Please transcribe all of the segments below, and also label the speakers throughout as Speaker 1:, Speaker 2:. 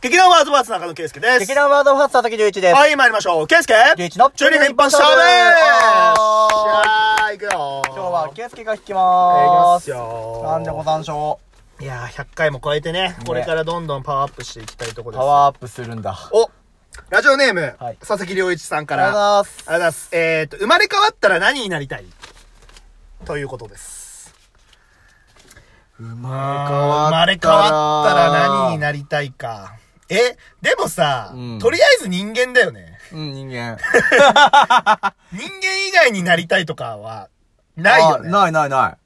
Speaker 1: 劇団ワードバーツ中野圭介です。
Speaker 2: 劇団ワードファースト佐々木隆一です。
Speaker 1: はい、参りましょう。圭介
Speaker 2: 隆一の
Speaker 1: 中二分一発勝負よ
Speaker 2: おー
Speaker 1: っしゃー、行くよー。
Speaker 2: 今日は、ケイスケが弾き
Speaker 1: えー、行き
Speaker 2: ま
Speaker 1: ます
Speaker 2: す。
Speaker 1: よー。
Speaker 2: なんでござんしょ
Speaker 1: いやー、100回も超えてね、これからどんどんパワーアップしていきたいとこ
Speaker 2: う。
Speaker 1: ろで
Speaker 2: パ
Speaker 1: す。
Speaker 2: ワーアップするんだ。あり
Speaker 1: おラジオネーム、
Speaker 2: はい
Speaker 1: 佐々木良一さんか
Speaker 2: がとうござい
Speaker 1: ら。あ
Speaker 2: ます。
Speaker 1: りがとうございます。えーと、生まれ変わったら何になりたいということです。
Speaker 2: 生
Speaker 1: 生まれ変わったら何に
Speaker 2: る
Speaker 1: なりたいか。え、でもさ、
Speaker 2: うん
Speaker 1: とりあえず人間だよね。
Speaker 2: うん、人間。
Speaker 1: 人間以外になりたいとかは、ないよね。
Speaker 2: あないないな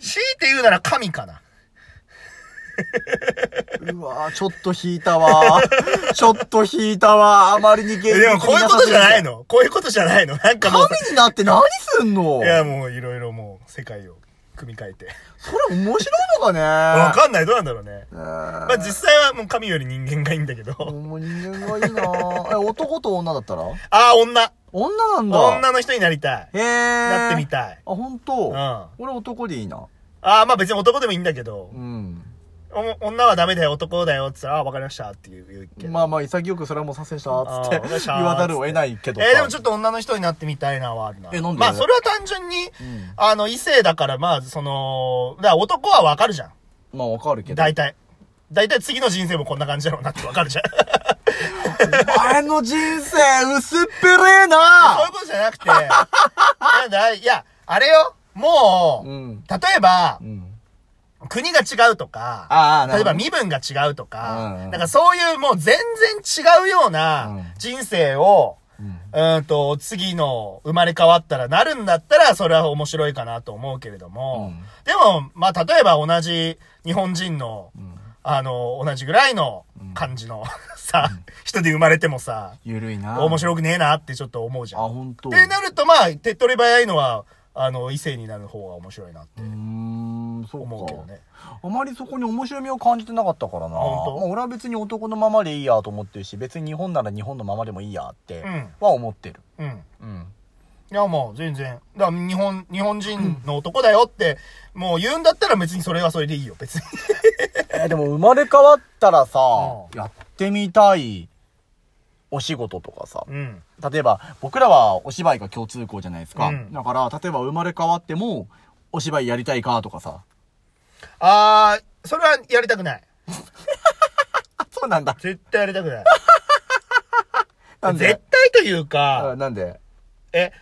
Speaker 1: 強いて言うなら神かな。
Speaker 2: い。うわぁ、ちょっと引いたわ ーちょっと引いたわーあまりに現実
Speaker 1: えでもこういうことじゃない
Speaker 2: の
Speaker 1: の。こういうことじゃないの。なんかもう、
Speaker 2: 神になって何すんの
Speaker 1: いやもういろいろもう世界を組み替えて。
Speaker 2: それ面白いのかね
Speaker 1: わかんない、どうなんだろうね。ま
Speaker 2: わ
Speaker 1: あ実際はもう神より人間がいいんだけど。
Speaker 2: もう人間がいいなぁ。え、男と女だったら
Speaker 1: ああ、女。
Speaker 2: 女なんだ。
Speaker 1: 女の人になりたい。
Speaker 2: へえ。
Speaker 1: なってみたい。
Speaker 2: あ、ほんと
Speaker 1: うん。あ
Speaker 2: 俺男でいいな。
Speaker 1: あ、まあ別に男でもいいんだけど
Speaker 2: う、ん。
Speaker 1: お女はダメだよ、男だよ、って言ったら、ああ、わかりました、っていう言うけど。
Speaker 2: まあまあ、潔くそれはもう左遷した、つ
Speaker 1: あー
Speaker 2: って
Speaker 1: お願いします
Speaker 2: 言わざるを得ないけどさ。
Speaker 1: えー、でもちょ
Speaker 2: っ
Speaker 1: っと女の人になってみたいなはあるな。
Speaker 2: えなんで
Speaker 1: まあそれは単純に、
Speaker 2: と。うん。
Speaker 1: あの、異性だから、まあ、その、だから男はわかるじゃん。
Speaker 2: まあわかるけど。
Speaker 1: 大体。大体次の人生もこんな感じだろうなってわかる じゃん。
Speaker 2: お前の人生薄っぺれえ
Speaker 1: そういう
Speaker 2: な
Speaker 1: ことじゃなくて、なんだ、いや、あれよ、もう、
Speaker 2: うん。
Speaker 1: 例えば
Speaker 2: う、ん。
Speaker 1: 国が違うとか、
Speaker 2: ああ、な
Speaker 1: 例え
Speaker 2: る
Speaker 1: ば
Speaker 2: ほど。
Speaker 1: 身分が違うとか、
Speaker 2: うんうん
Speaker 1: なんかそういうもう全然違うよう
Speaker 2: うん
Speaker 1: な人生を、
Speaker 2: うん
Speaker 1: うーんと、次の生まれ変わったらなるんだったら、それは面白いかなと思うけれども、
Speaker 2: うん
Speaker 1: でも、まあ、例えば同じ日本人の、あの、同じぐらいの感じの、 さ、人で生まれてもさ、
Speaker 2: ゆるいな
Speaker 1: 面白くねえなってちょっと思うじゃ
Speaker 2: あ、
Speaker 1: ん。っ
Speaker 2: ほんと。
Speaker 1: てなると、まあ、手っ取り早いのは、あの、異性になる方が面白いなって
Speaker 2: うーん、そう
Speaker 1: 思うけど
Speaker 2: か。
Speaker 1: ね。
Speaker 2: あまりそこに面白みを感じてなかったからな。
Speaker 1: あほんと
Speaker 2: まあ俺は別に男のままでいいやと思ってるし、別に日本なら日本のままでもいいやって
Speaker 1: うん
Speaker 2: は思ってる。
Speaker 1: うん。
Speaker 2: うん。
Speaker 1: いや、もう、全然。だから、日本、日本人の男だよって、もう言うんだったら別にそれはそれでいいよ、別 に。
Speaker 2: えーでも生まれ変わったらさ、
Speaker 1: う
Speaker 2: やってみたいお仕事とかさ、
Speaker 1: うん。
Speaker 2: 例えば僕らはお芝居が共通項じゃないですか。
Speaker 1: うん
Speaker 2: だから、例えば生まれ変わってもお芝居やりたいかとかさ。
Speaker 1: あー、それはやりたくない。
Speaker 2: あ、そうなんだ。
Speaker 1: 絶対やりたくない。
Speaker 2: なんで
Speaker 1: 絶対という
Speaker 2: あ
Speaker 1: か、
Speaker 2: なんで
Speaker 1: え、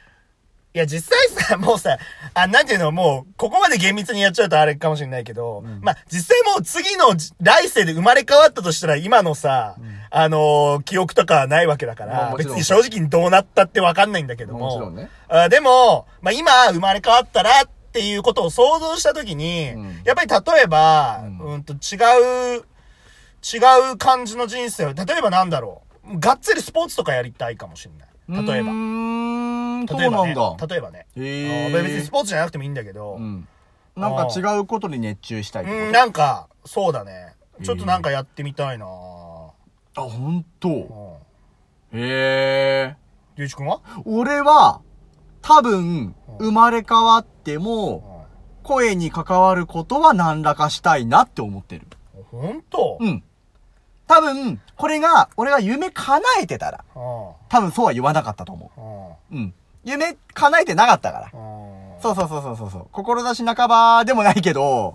Speaker 1: いや、実際さ、 もうさ、あ、なんていうの、もう、ここまで厳密にやっちゃうとあれかもしれないけど、まあ、実際もう次のじ来世で生まれ変わったとしたら、今のさ、あのー記憶とかはないわけだか
Speaker 2: まあ
Speaker 1: ら、
Speaker 2: もち
Speaker 1: 別
Speaker 2: ろん
Speaker 1: に正直にどうなったってわかんないんだけども、
Speaker 2: もちろんね。
Speaker 1: あでも、まあ、今、生まれ変わったらっていうことを想像したときに、
Speaker 2: うん
Speaker 1: やっぱり例えば、
Speaker 2: うん
Speaker 1: うん、と違う、違う感じの人生を、例えばなんだろう。がっつりスポーツとかやりたいかもしれない。例え
Speaker 2: う
Speaker 1: ば。
Speaker 2: ーん、そう
Speaker 1: 例えば
Speaker 2: な
Speaker 1: ね
Speaker 2: んだ。。
Speaker 1: 例えばね。
Speaker 2: へ
Speaker 1: あ
Speaker 2: ー
Speaker 1: 別にスポーツじゃなくてもいいんだけど、
Speaker 2: う
Speaker 1: うん、
Speaker 2: ん。なんか違うことに熱中したいってこ
Speaker 1: なんか、そうだね。
Speaker 2: へー
Speaker 1: ちょっとなんかやってみたいなぁ
Speaker 2: と。あ、ほん
Speaker 1: う
Speaker 2: と。
Speaker 1: ん。
Speaker 2: へえ。
Speaker 1: ゆういちくんは、
Speaker 2: 俺は、多分
Speaker 1: うん、
Speaker 2: 生まれ変わって
Speaker 1: う
Speaker 2: も、
Speaker 1: ん、
Speaker 2: 声に関わることは何らかしたいなって思ってる。
Speaker 1: ほんと、
Speaker 2: うん。多分、これが、俺が夢叶えてたら、
Speaker 1: うん、
Speaker 2: 多分そうは言わなかったと思
Speaker 1: うん。
Speaker 2: う。うん。夢叶えてなかったから。
Speaker 1: うん。
Speaker 2: そうそうそうそうそうそう。志半ばでもないけど、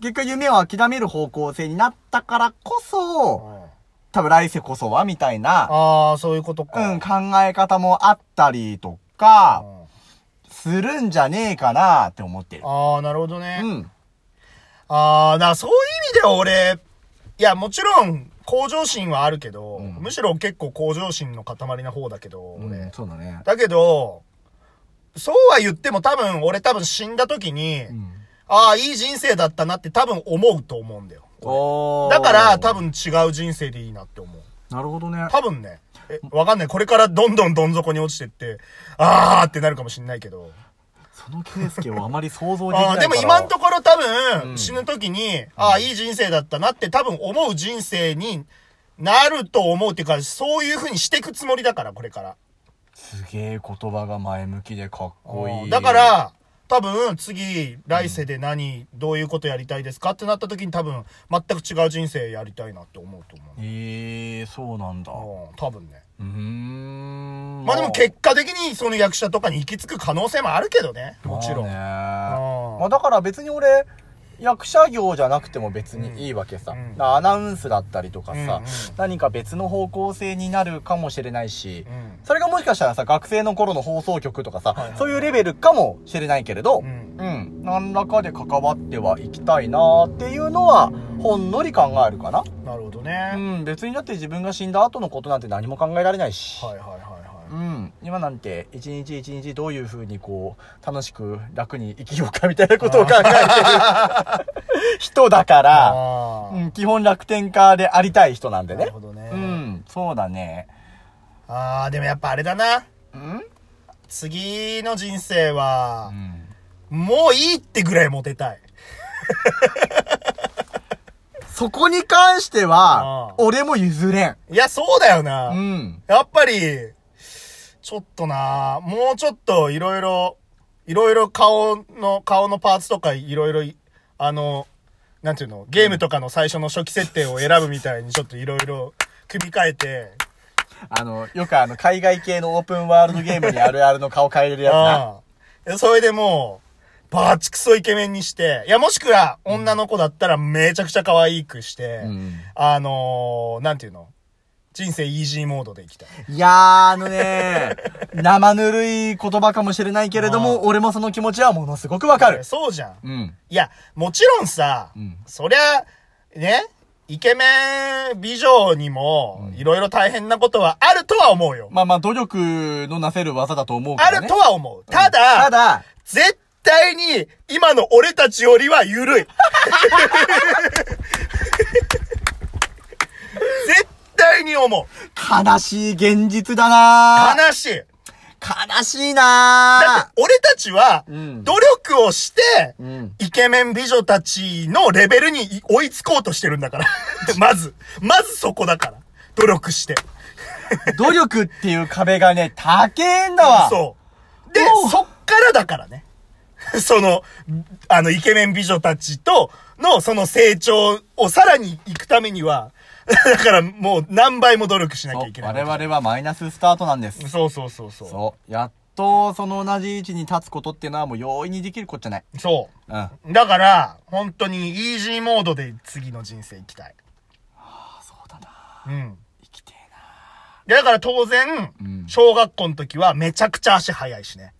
Speaker 2: 結果夢を諦める方向性になったからこ
Speaker 1: う
Speaker 2: そ、
Speaker 1: ん。うん。
Speaker 2: 多分来世こそは、みたいな、
Speaker 1: ああ、そういうことか。
Speaker 2: うん、考え方もあったりとか、するんじゃねえかなって思ってる。
Speaker 1: ああ、なるほどね。
Speaker 2: うん。
Speaker 1: ああ、な、そういう意味では俺、いや、もちろん、向上心はあるけど、
Speaker 2: うん
Speaker 1: むしろ結構向上心の塊な方だけど、俺。
Speaker 2: うんそうだね。
Speaker 1: だけど、そうは言っても多分、俺多分死んだ時に、
Speaker 2: うん
Speaker 1: ああ、いい人生だったなって多分思うと思うんだよ。
Speaker 2: おー
Speaker 1: だから、多。分違う人生でいいなって思う。
Speaker 2: なるほどね。
Speaker 1: 多分ね、え、わかんない。これからどんどんどん底に落ちてって、ああってなるかもしんないけど。
Speaker 2: そのケースケをあまり想像できないか
Speaker 1: あ
Speaker 2: ら。
Speaker 1: あでも今のところ多分、
Speaker 2: うん
Speaker 1: 死ぬ時に、ああ、いい人生だったなって多分思う人生になると思うっていうか、そういう風にしていくつもりだから、これから。
Speaker 2: すげえ言葉が前向きでかっこいい。
Speaker 1: だか、ら、多分、次、来世で何、どういうことやりたいですかってなった時に多分、全く違う人生やりたいなって思うと思
Speaker 2: ええー、そうなんだ。う
Speaker 1: う。うん、多分ね。
Speaker 2: ーん。
Speaker 1: まあでも結果的にその役者とかに行き着く可能性もあるけどね。もちろん。
Speaker 2: まあね
Speaker 1: うん
Speaker 2: まあだから別に俺、役者業じゃなくても別にいいわけさ。
Speaker 1: うん
Speaker 2: だからアナウンスだったりとか
Speaker 1: う
Speaker 2: さ、
Speaker 1: んうん
Speaker 2: 何か別の方向性になるかもしれないし、
Speaker 1: うん
Speaker 2: それがもしかしたらさ、学生の頃の放送局とかさ、
Speaker 1: はいはい
Speaker 2: そういうレベルかもしれないけれど、
Speaker 1: う
Speaker 2: うん、
Speaker 1: ん。
Speaker 2: 何らかで関わってはいきたいなっていうのは、ほんのり考えるかな。
Speaker 1: なるほど
Speaker 2: う
Speaker 1: ね。
Speaker 2: ん、別にだって自分が死んだ後のことなんて何も考えられないし。。
Speaker 1: はいはいはいはいう
Speaker 2: ん、今なんて一日一日どういうふうにこう楽しく楽に生きようかみたいなことを考えて る人だから、
Speaker 1: あ
Speaker 2: うん、基本楽天家でありたい人な
Speaker 1: あ。
Speaker 2: んで
Speaker 1: な
Speaker 2: ね
Speaker 1: るほどね。
Speaker 2: うんそうだね
Speaker 1: ああ、でもやっぱあれだな。
Speaker 2: うん、
Speaker 1: 次の人生は
Speaker 2: う、ん、
Speaker 1: もういいってぐらいモテたい。
Speaker 2: そこに関して
Speaker 1: あー
Speaker 2: は俺も譲れん
Speaker 1: いや、そうだよ
Speaker 2: う
Speaker 1: な。
Speaker 2: ん
Speaker 1: やっぱり、ちょっとな、もうちょっといろいろ、いろいろ顔の、顔のパーツとかいろいろい、あの、なんていうの、ゲームとかの最初の初期設定を選ぶみたいにちょっといろいろ組み替えて、
Speaker 2: あのよくあの海外系のオープンワールドゲームにあるあるの顔変えれるやつな
Speaker 1: ああそれでもう、バーチクソイケメンにして、いや、もしくは女の子だったらめちゃくちゃ可愛くして、
Speaker 2: うん
Speaker 1: あのー、なんていうの、人生イージーモードでいきたい。
Speaker 2: いやー、あの ね、生ぬるい言葉かもしれないけれど
Speaker 1: あ
Speaker 2: も、俺もその気持ちはものすごくわかる。
Speaker 1: そうじゃん。
Speaker 2: うん。
Speaker 1: いや、もちろんさ、
Speaker 2: うん
Speaker 1: そりゃ、ね、イケメン美女にも、いろいろ大変なことはあるとは思うよ。
Speaker 2: まあまあ、努力のなせる技だと思うか
Speaker 1: あ
Speaker 2: ら、ね。
Speaker 1: るとは思う。ただ、
Speaker 2: ただ、
Speaker 1: 絶対に、今の俺たちよりは緩い。絶対に思う。
Speaker 2: 悲しい現実だな
Speaker 1: 悲しい。
Speaker 2: ー悲しいな
Speaker 1: だって、俺たちは、
Speaker 2: うん
Speaker 1: 努力をして、
Speaker 2: うん
Speaker 1: イケメン美女たちのレベルにい追いつこうとしてるんだから。まず、まずそこだから。努力して。
Speaker 2: ー努力っていう壁がね、高えんだわ。
Speaker 1: そう。で
Speaker 2: お、う
Speaker 1: そっからだからね。 その、あの、イケメン美女たちとの、その成長をさらに行くためには、 だからもう何倍も努力しなき
Speaker 2: そ
Speaker 1: ゃ
Speaker 2: う
Speaker 1: いけない。
Speaker 2: 我々はマイナススタートなんです。
Speaker 1: そうそうそうそう。そ
Speaker 2: そう。やっと、その同じ位置に立つことっていうのはもう容易にできることじゃない。
Speaker 1: う。
Speaker 2: うん。
Speaker 1: だから、本当にイージーモードで次の人生行きたい。
Speaker 2: そうだな
Speaker 1: うん。
Speaker 2: 生きてえ
Speaker 1: で
Speaker 2: な
Speaker 1: だから当然、
Speaker 2: うん
Speaker 1: 小学校の時はめちゃくちゃ足速いしね。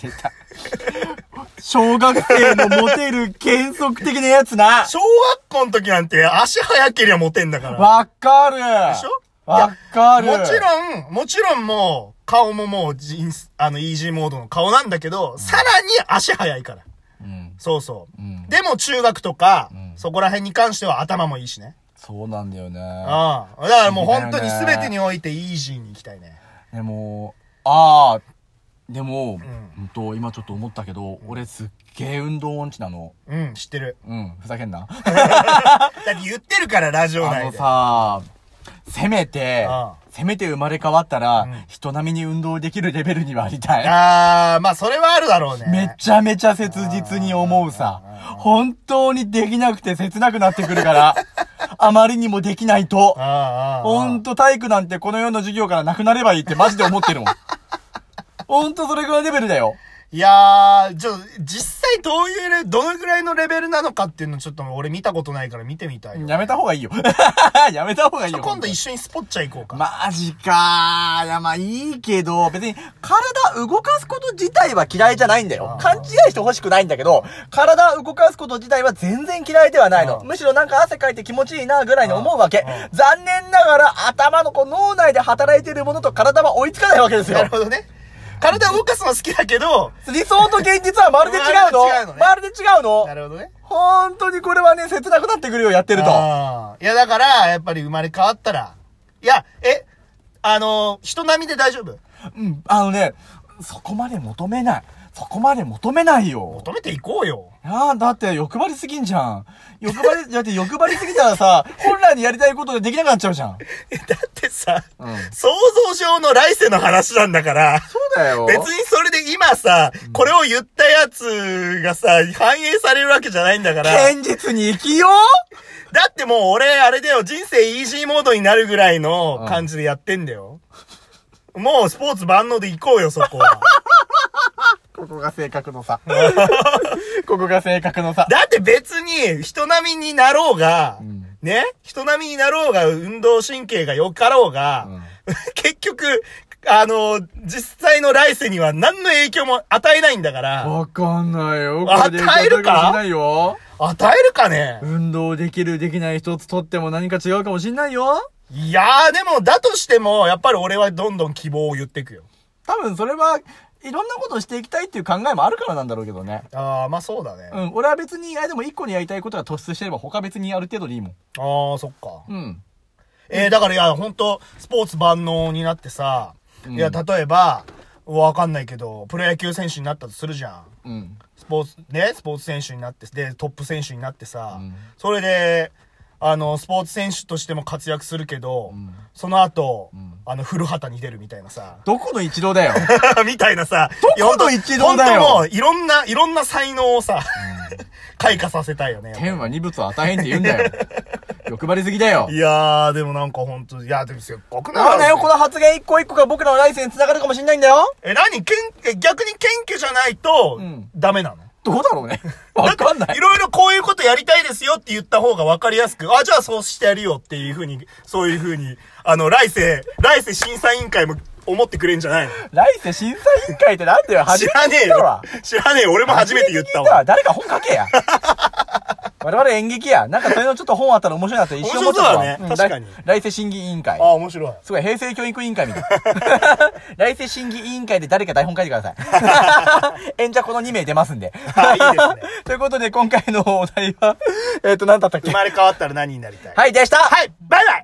Speaker 2: 出た。 小学生のモテる原則的なやつな。
Speaker 1: 小学校の時なんて足速けりゃモテんだから。
Speaker 2: わかる。
Speaker 1: でしょ
Speaker 2: わかる。
Speaker 1: もちろん、もちろんもう、顔ももう人生、あの、イージーモードの顔なんだけど、さらに足早いから。
Speaker 2: うん。
Speaker 1: そうそう。
Speaker 2: うん
Speaker 1: でも中学とか、
Speaker 2: ん
Speaker 1: そこら辺に関しては頭もいいしね。
Speaker 2: そうなんだよね。
Speaker 1: ああ。だからもう本当に
Speaker 2: いいね
Speaker 1: 全てにおいてイージーに行きたいね。
Speaker 2: でも、ああ、で
Speaker 1: ん
Speaker 2: も、うんと、今ちょっと思ったけど、俺すっげえ運動音痴なの。
Speaker 1: うん、知ってる。
Speaker 2: うん、ふざけんな。
Speaker 1: だって言ってるから、ラジオ
Speaker 2: あ
Speaker 1: 内
Speaker 2: の
Speaker 1: で。
Speaker 2: さ、せめて
Speaker 1: ああ、
Speaker 2: せめて生まれ変わったら、
Speaker 1: ん
Speaker 2: 人並みに運動できるレベルにはありたい。
Speaker 1: ああ、まあそれはあるだろうね。
Speaker 2: めちゃめちゃ切実に思うさ。本当にできなくて切なくなってくるから。あまりにもできないと
Speaker 1: あ。あ、ああ。
Speaker 2: ほんと体育なんてこの世の授業からなくなればいいってマジで思 ってるもん。ほんとそれぐらいレベルだよ。
Speaker 1: いやー、ちょ、実際どういうレ、どのぐらいのレベルなのかっていうのちょっと俺見たことないから見てみたいよ。
Speaker 2: やめた方がいいよ。 やめた方がいいよ。
Speaker 1: 今度一緒にスポッチャ行こうか。
Speaker 2: マジかー。いや、まあいいけど、別に体動かすこと自体は嫌いじゃないんだよ
Speaker 1: あ。ー
Speaker 2: 勘違いしてほしくないんだけど、体動かすこと自体は全然嫌いではない
Speaker 1: あ
Speaker 2: の。
Speaker 1: ー
Speaker 2: むしろなんか汗かいて気持ちいいなぐらいに思うわけ
Speaker 1: あーあ。
Speaker 2: 残念ながら頭のこう脳内で働いてるものと体は追いつかないわけです
Speaker 1: なる
Speaker 2: よ。
Speaker 1: ほどね。体を動かすの好きだけど、
Speaker 2: 理想と現実はまるで違う
Speaker 1: まるで違うの
Speaker 2: の。
Speaker 1: ね
Speaker 2: まるで違うの。
Speaker 1: なるほどね。
Speaker 2: 本当にこれはね、切なくなってくるよ、やってると。
Speaker 1: あーいや、だから、やっぱり生まれ変わったら、いや、え、あのー人並みで大丈夫
Speaker 2: うん、あのね、そこまで求めない。そこまで求めないよ。
Speaker 1: 求めていこうよ。
Speaker 2: いやーだって欲張りすぎんじゃん。欲張り、だ って欲張りすぎたらさ、本来にやりたいことができなくなっちゃうじゃん。
Speaker 1: えだってさ、
Speaker 2: うん
Speaker 1: 想像上の来世の話なんだから、
Speaker 2: そうだよ
Speaker 1: 別にそれで今さ、これを言ったやつがさ、反映されるわけじゃないんだから。
Speaker 2: 堅実に生きよ
Speaker 1: だってもう俺、あれだよ、人生イージーモードになるぐらいの感じでやってんだよ。もうスポーツ万能で行こうよ、そこは。
Speaker 2: うここが性格 のさ。ここが性格のさ。
Speaker 1: だって別に人並みになろうが、
Speaker 2: うん
Speaker 1: ね人並みになろうが、運動神経が良かろうが、 結局、あの、実際の来世には何の影響も与えないんだから、
Speaker 2: わかんないよ。
Speaker 1: あ
Speaker 2: これで
Speaker 1: 耐えるか
Speaker 2: もしんないよ。
Speaker 1: 与えるかね、
Speaker 2: 運動できる、できない一つとっても何か違うかもしんないよ。
Speaker 1: いやーでも、だとしても、やっぱり俺はどんどん希望を言っていくよ。
Speaker 2: 多分それは、いろんなことをしていきたいっていう考えもあるからなんだろうけどね。
Speaker 1: あー、まあそうだね。
Speaker 2: うん、俺は別に、あ、でも一個にやりたいことが突出してれば他別にやる程度でいいもん。
Speaker 1: あー、そっか。
Speaker 2: うん。
Speaker 1: えー、だからいや、本当スポーツ万能になってさ、いや、例えば、わかんないけど、プロ野球選手になったとするじゃん。
Speaker 2: うん。
Speaker 1: スポーツ、ね、スポーツ選手になって、で、トップ選手になってさ、
Speaker 2: うん
Speaker 1: それで、あの、スポーツ選手としても活躍するけど、その後、あの、古畑に出るみたいなさ、
Speaker 2: どこの一郎 だよ。
Speaker 1: みたいなさ、
Speaker 2: どこの一度だよ
Speaker 1: 本当もう、いろんな、いろんな才能をさ、 開花させたいよね。
Speaker 2: 天は二物を与えんって言うんだ よ。欲張りすぎだよ
Speaker 1: い。やー、でもなんか本当いや、でもすっごくない
Speaker 2: なんだよ、この発言一個一個が僕らの来世に繋がるかもしんないんだよ。
Speaker 1: え、何けん、逆に謙虚じゃないと
Speaker 2: うん、
Speaker 1: ダメなの、
Speaker 2: どうだろう ね。わかんない
Speaker 1: い。ろいろこういうことやりたいですよって言った方が分かりやすく、あ、じゃあそうしてやるよっていうふうに、そういうふうに、あの、来世、来世審査委員会も思ってくれんじゃないの
Speaker 2: 来世審査委員会ってなんだよ、
Speaker 1: 知らねえ
Speaker 2: 初めて聞いた
Speaker 1: よ。知らねえよ。俺も初めて言ったわ。
Speaker 2: 誰か本書けや。 我々演劇や。なんかそういうのちょっと本あったら面白いなって一瞬思ってたわ。
Speaker 1: 面白そうだね
Speaker 2: ん
Speaker 1: 確かに
Speaker 2: 来来世審議委員会
Speaker 1: あ、。面白い。
Speaker 2: すごい、平成教育委員会みたい な。来世審議委員会で誰か台本書いてください。 演者この2名出ますんで。
Speaker 1: はいいいですね
Speaker 2: ということで、今回のお題は、えっ、と、何だったっけ
Speaker 1: 生まれ変わったら何になりたい
Speaker 2: はい、でした
Speaker 1: はい、バイバイ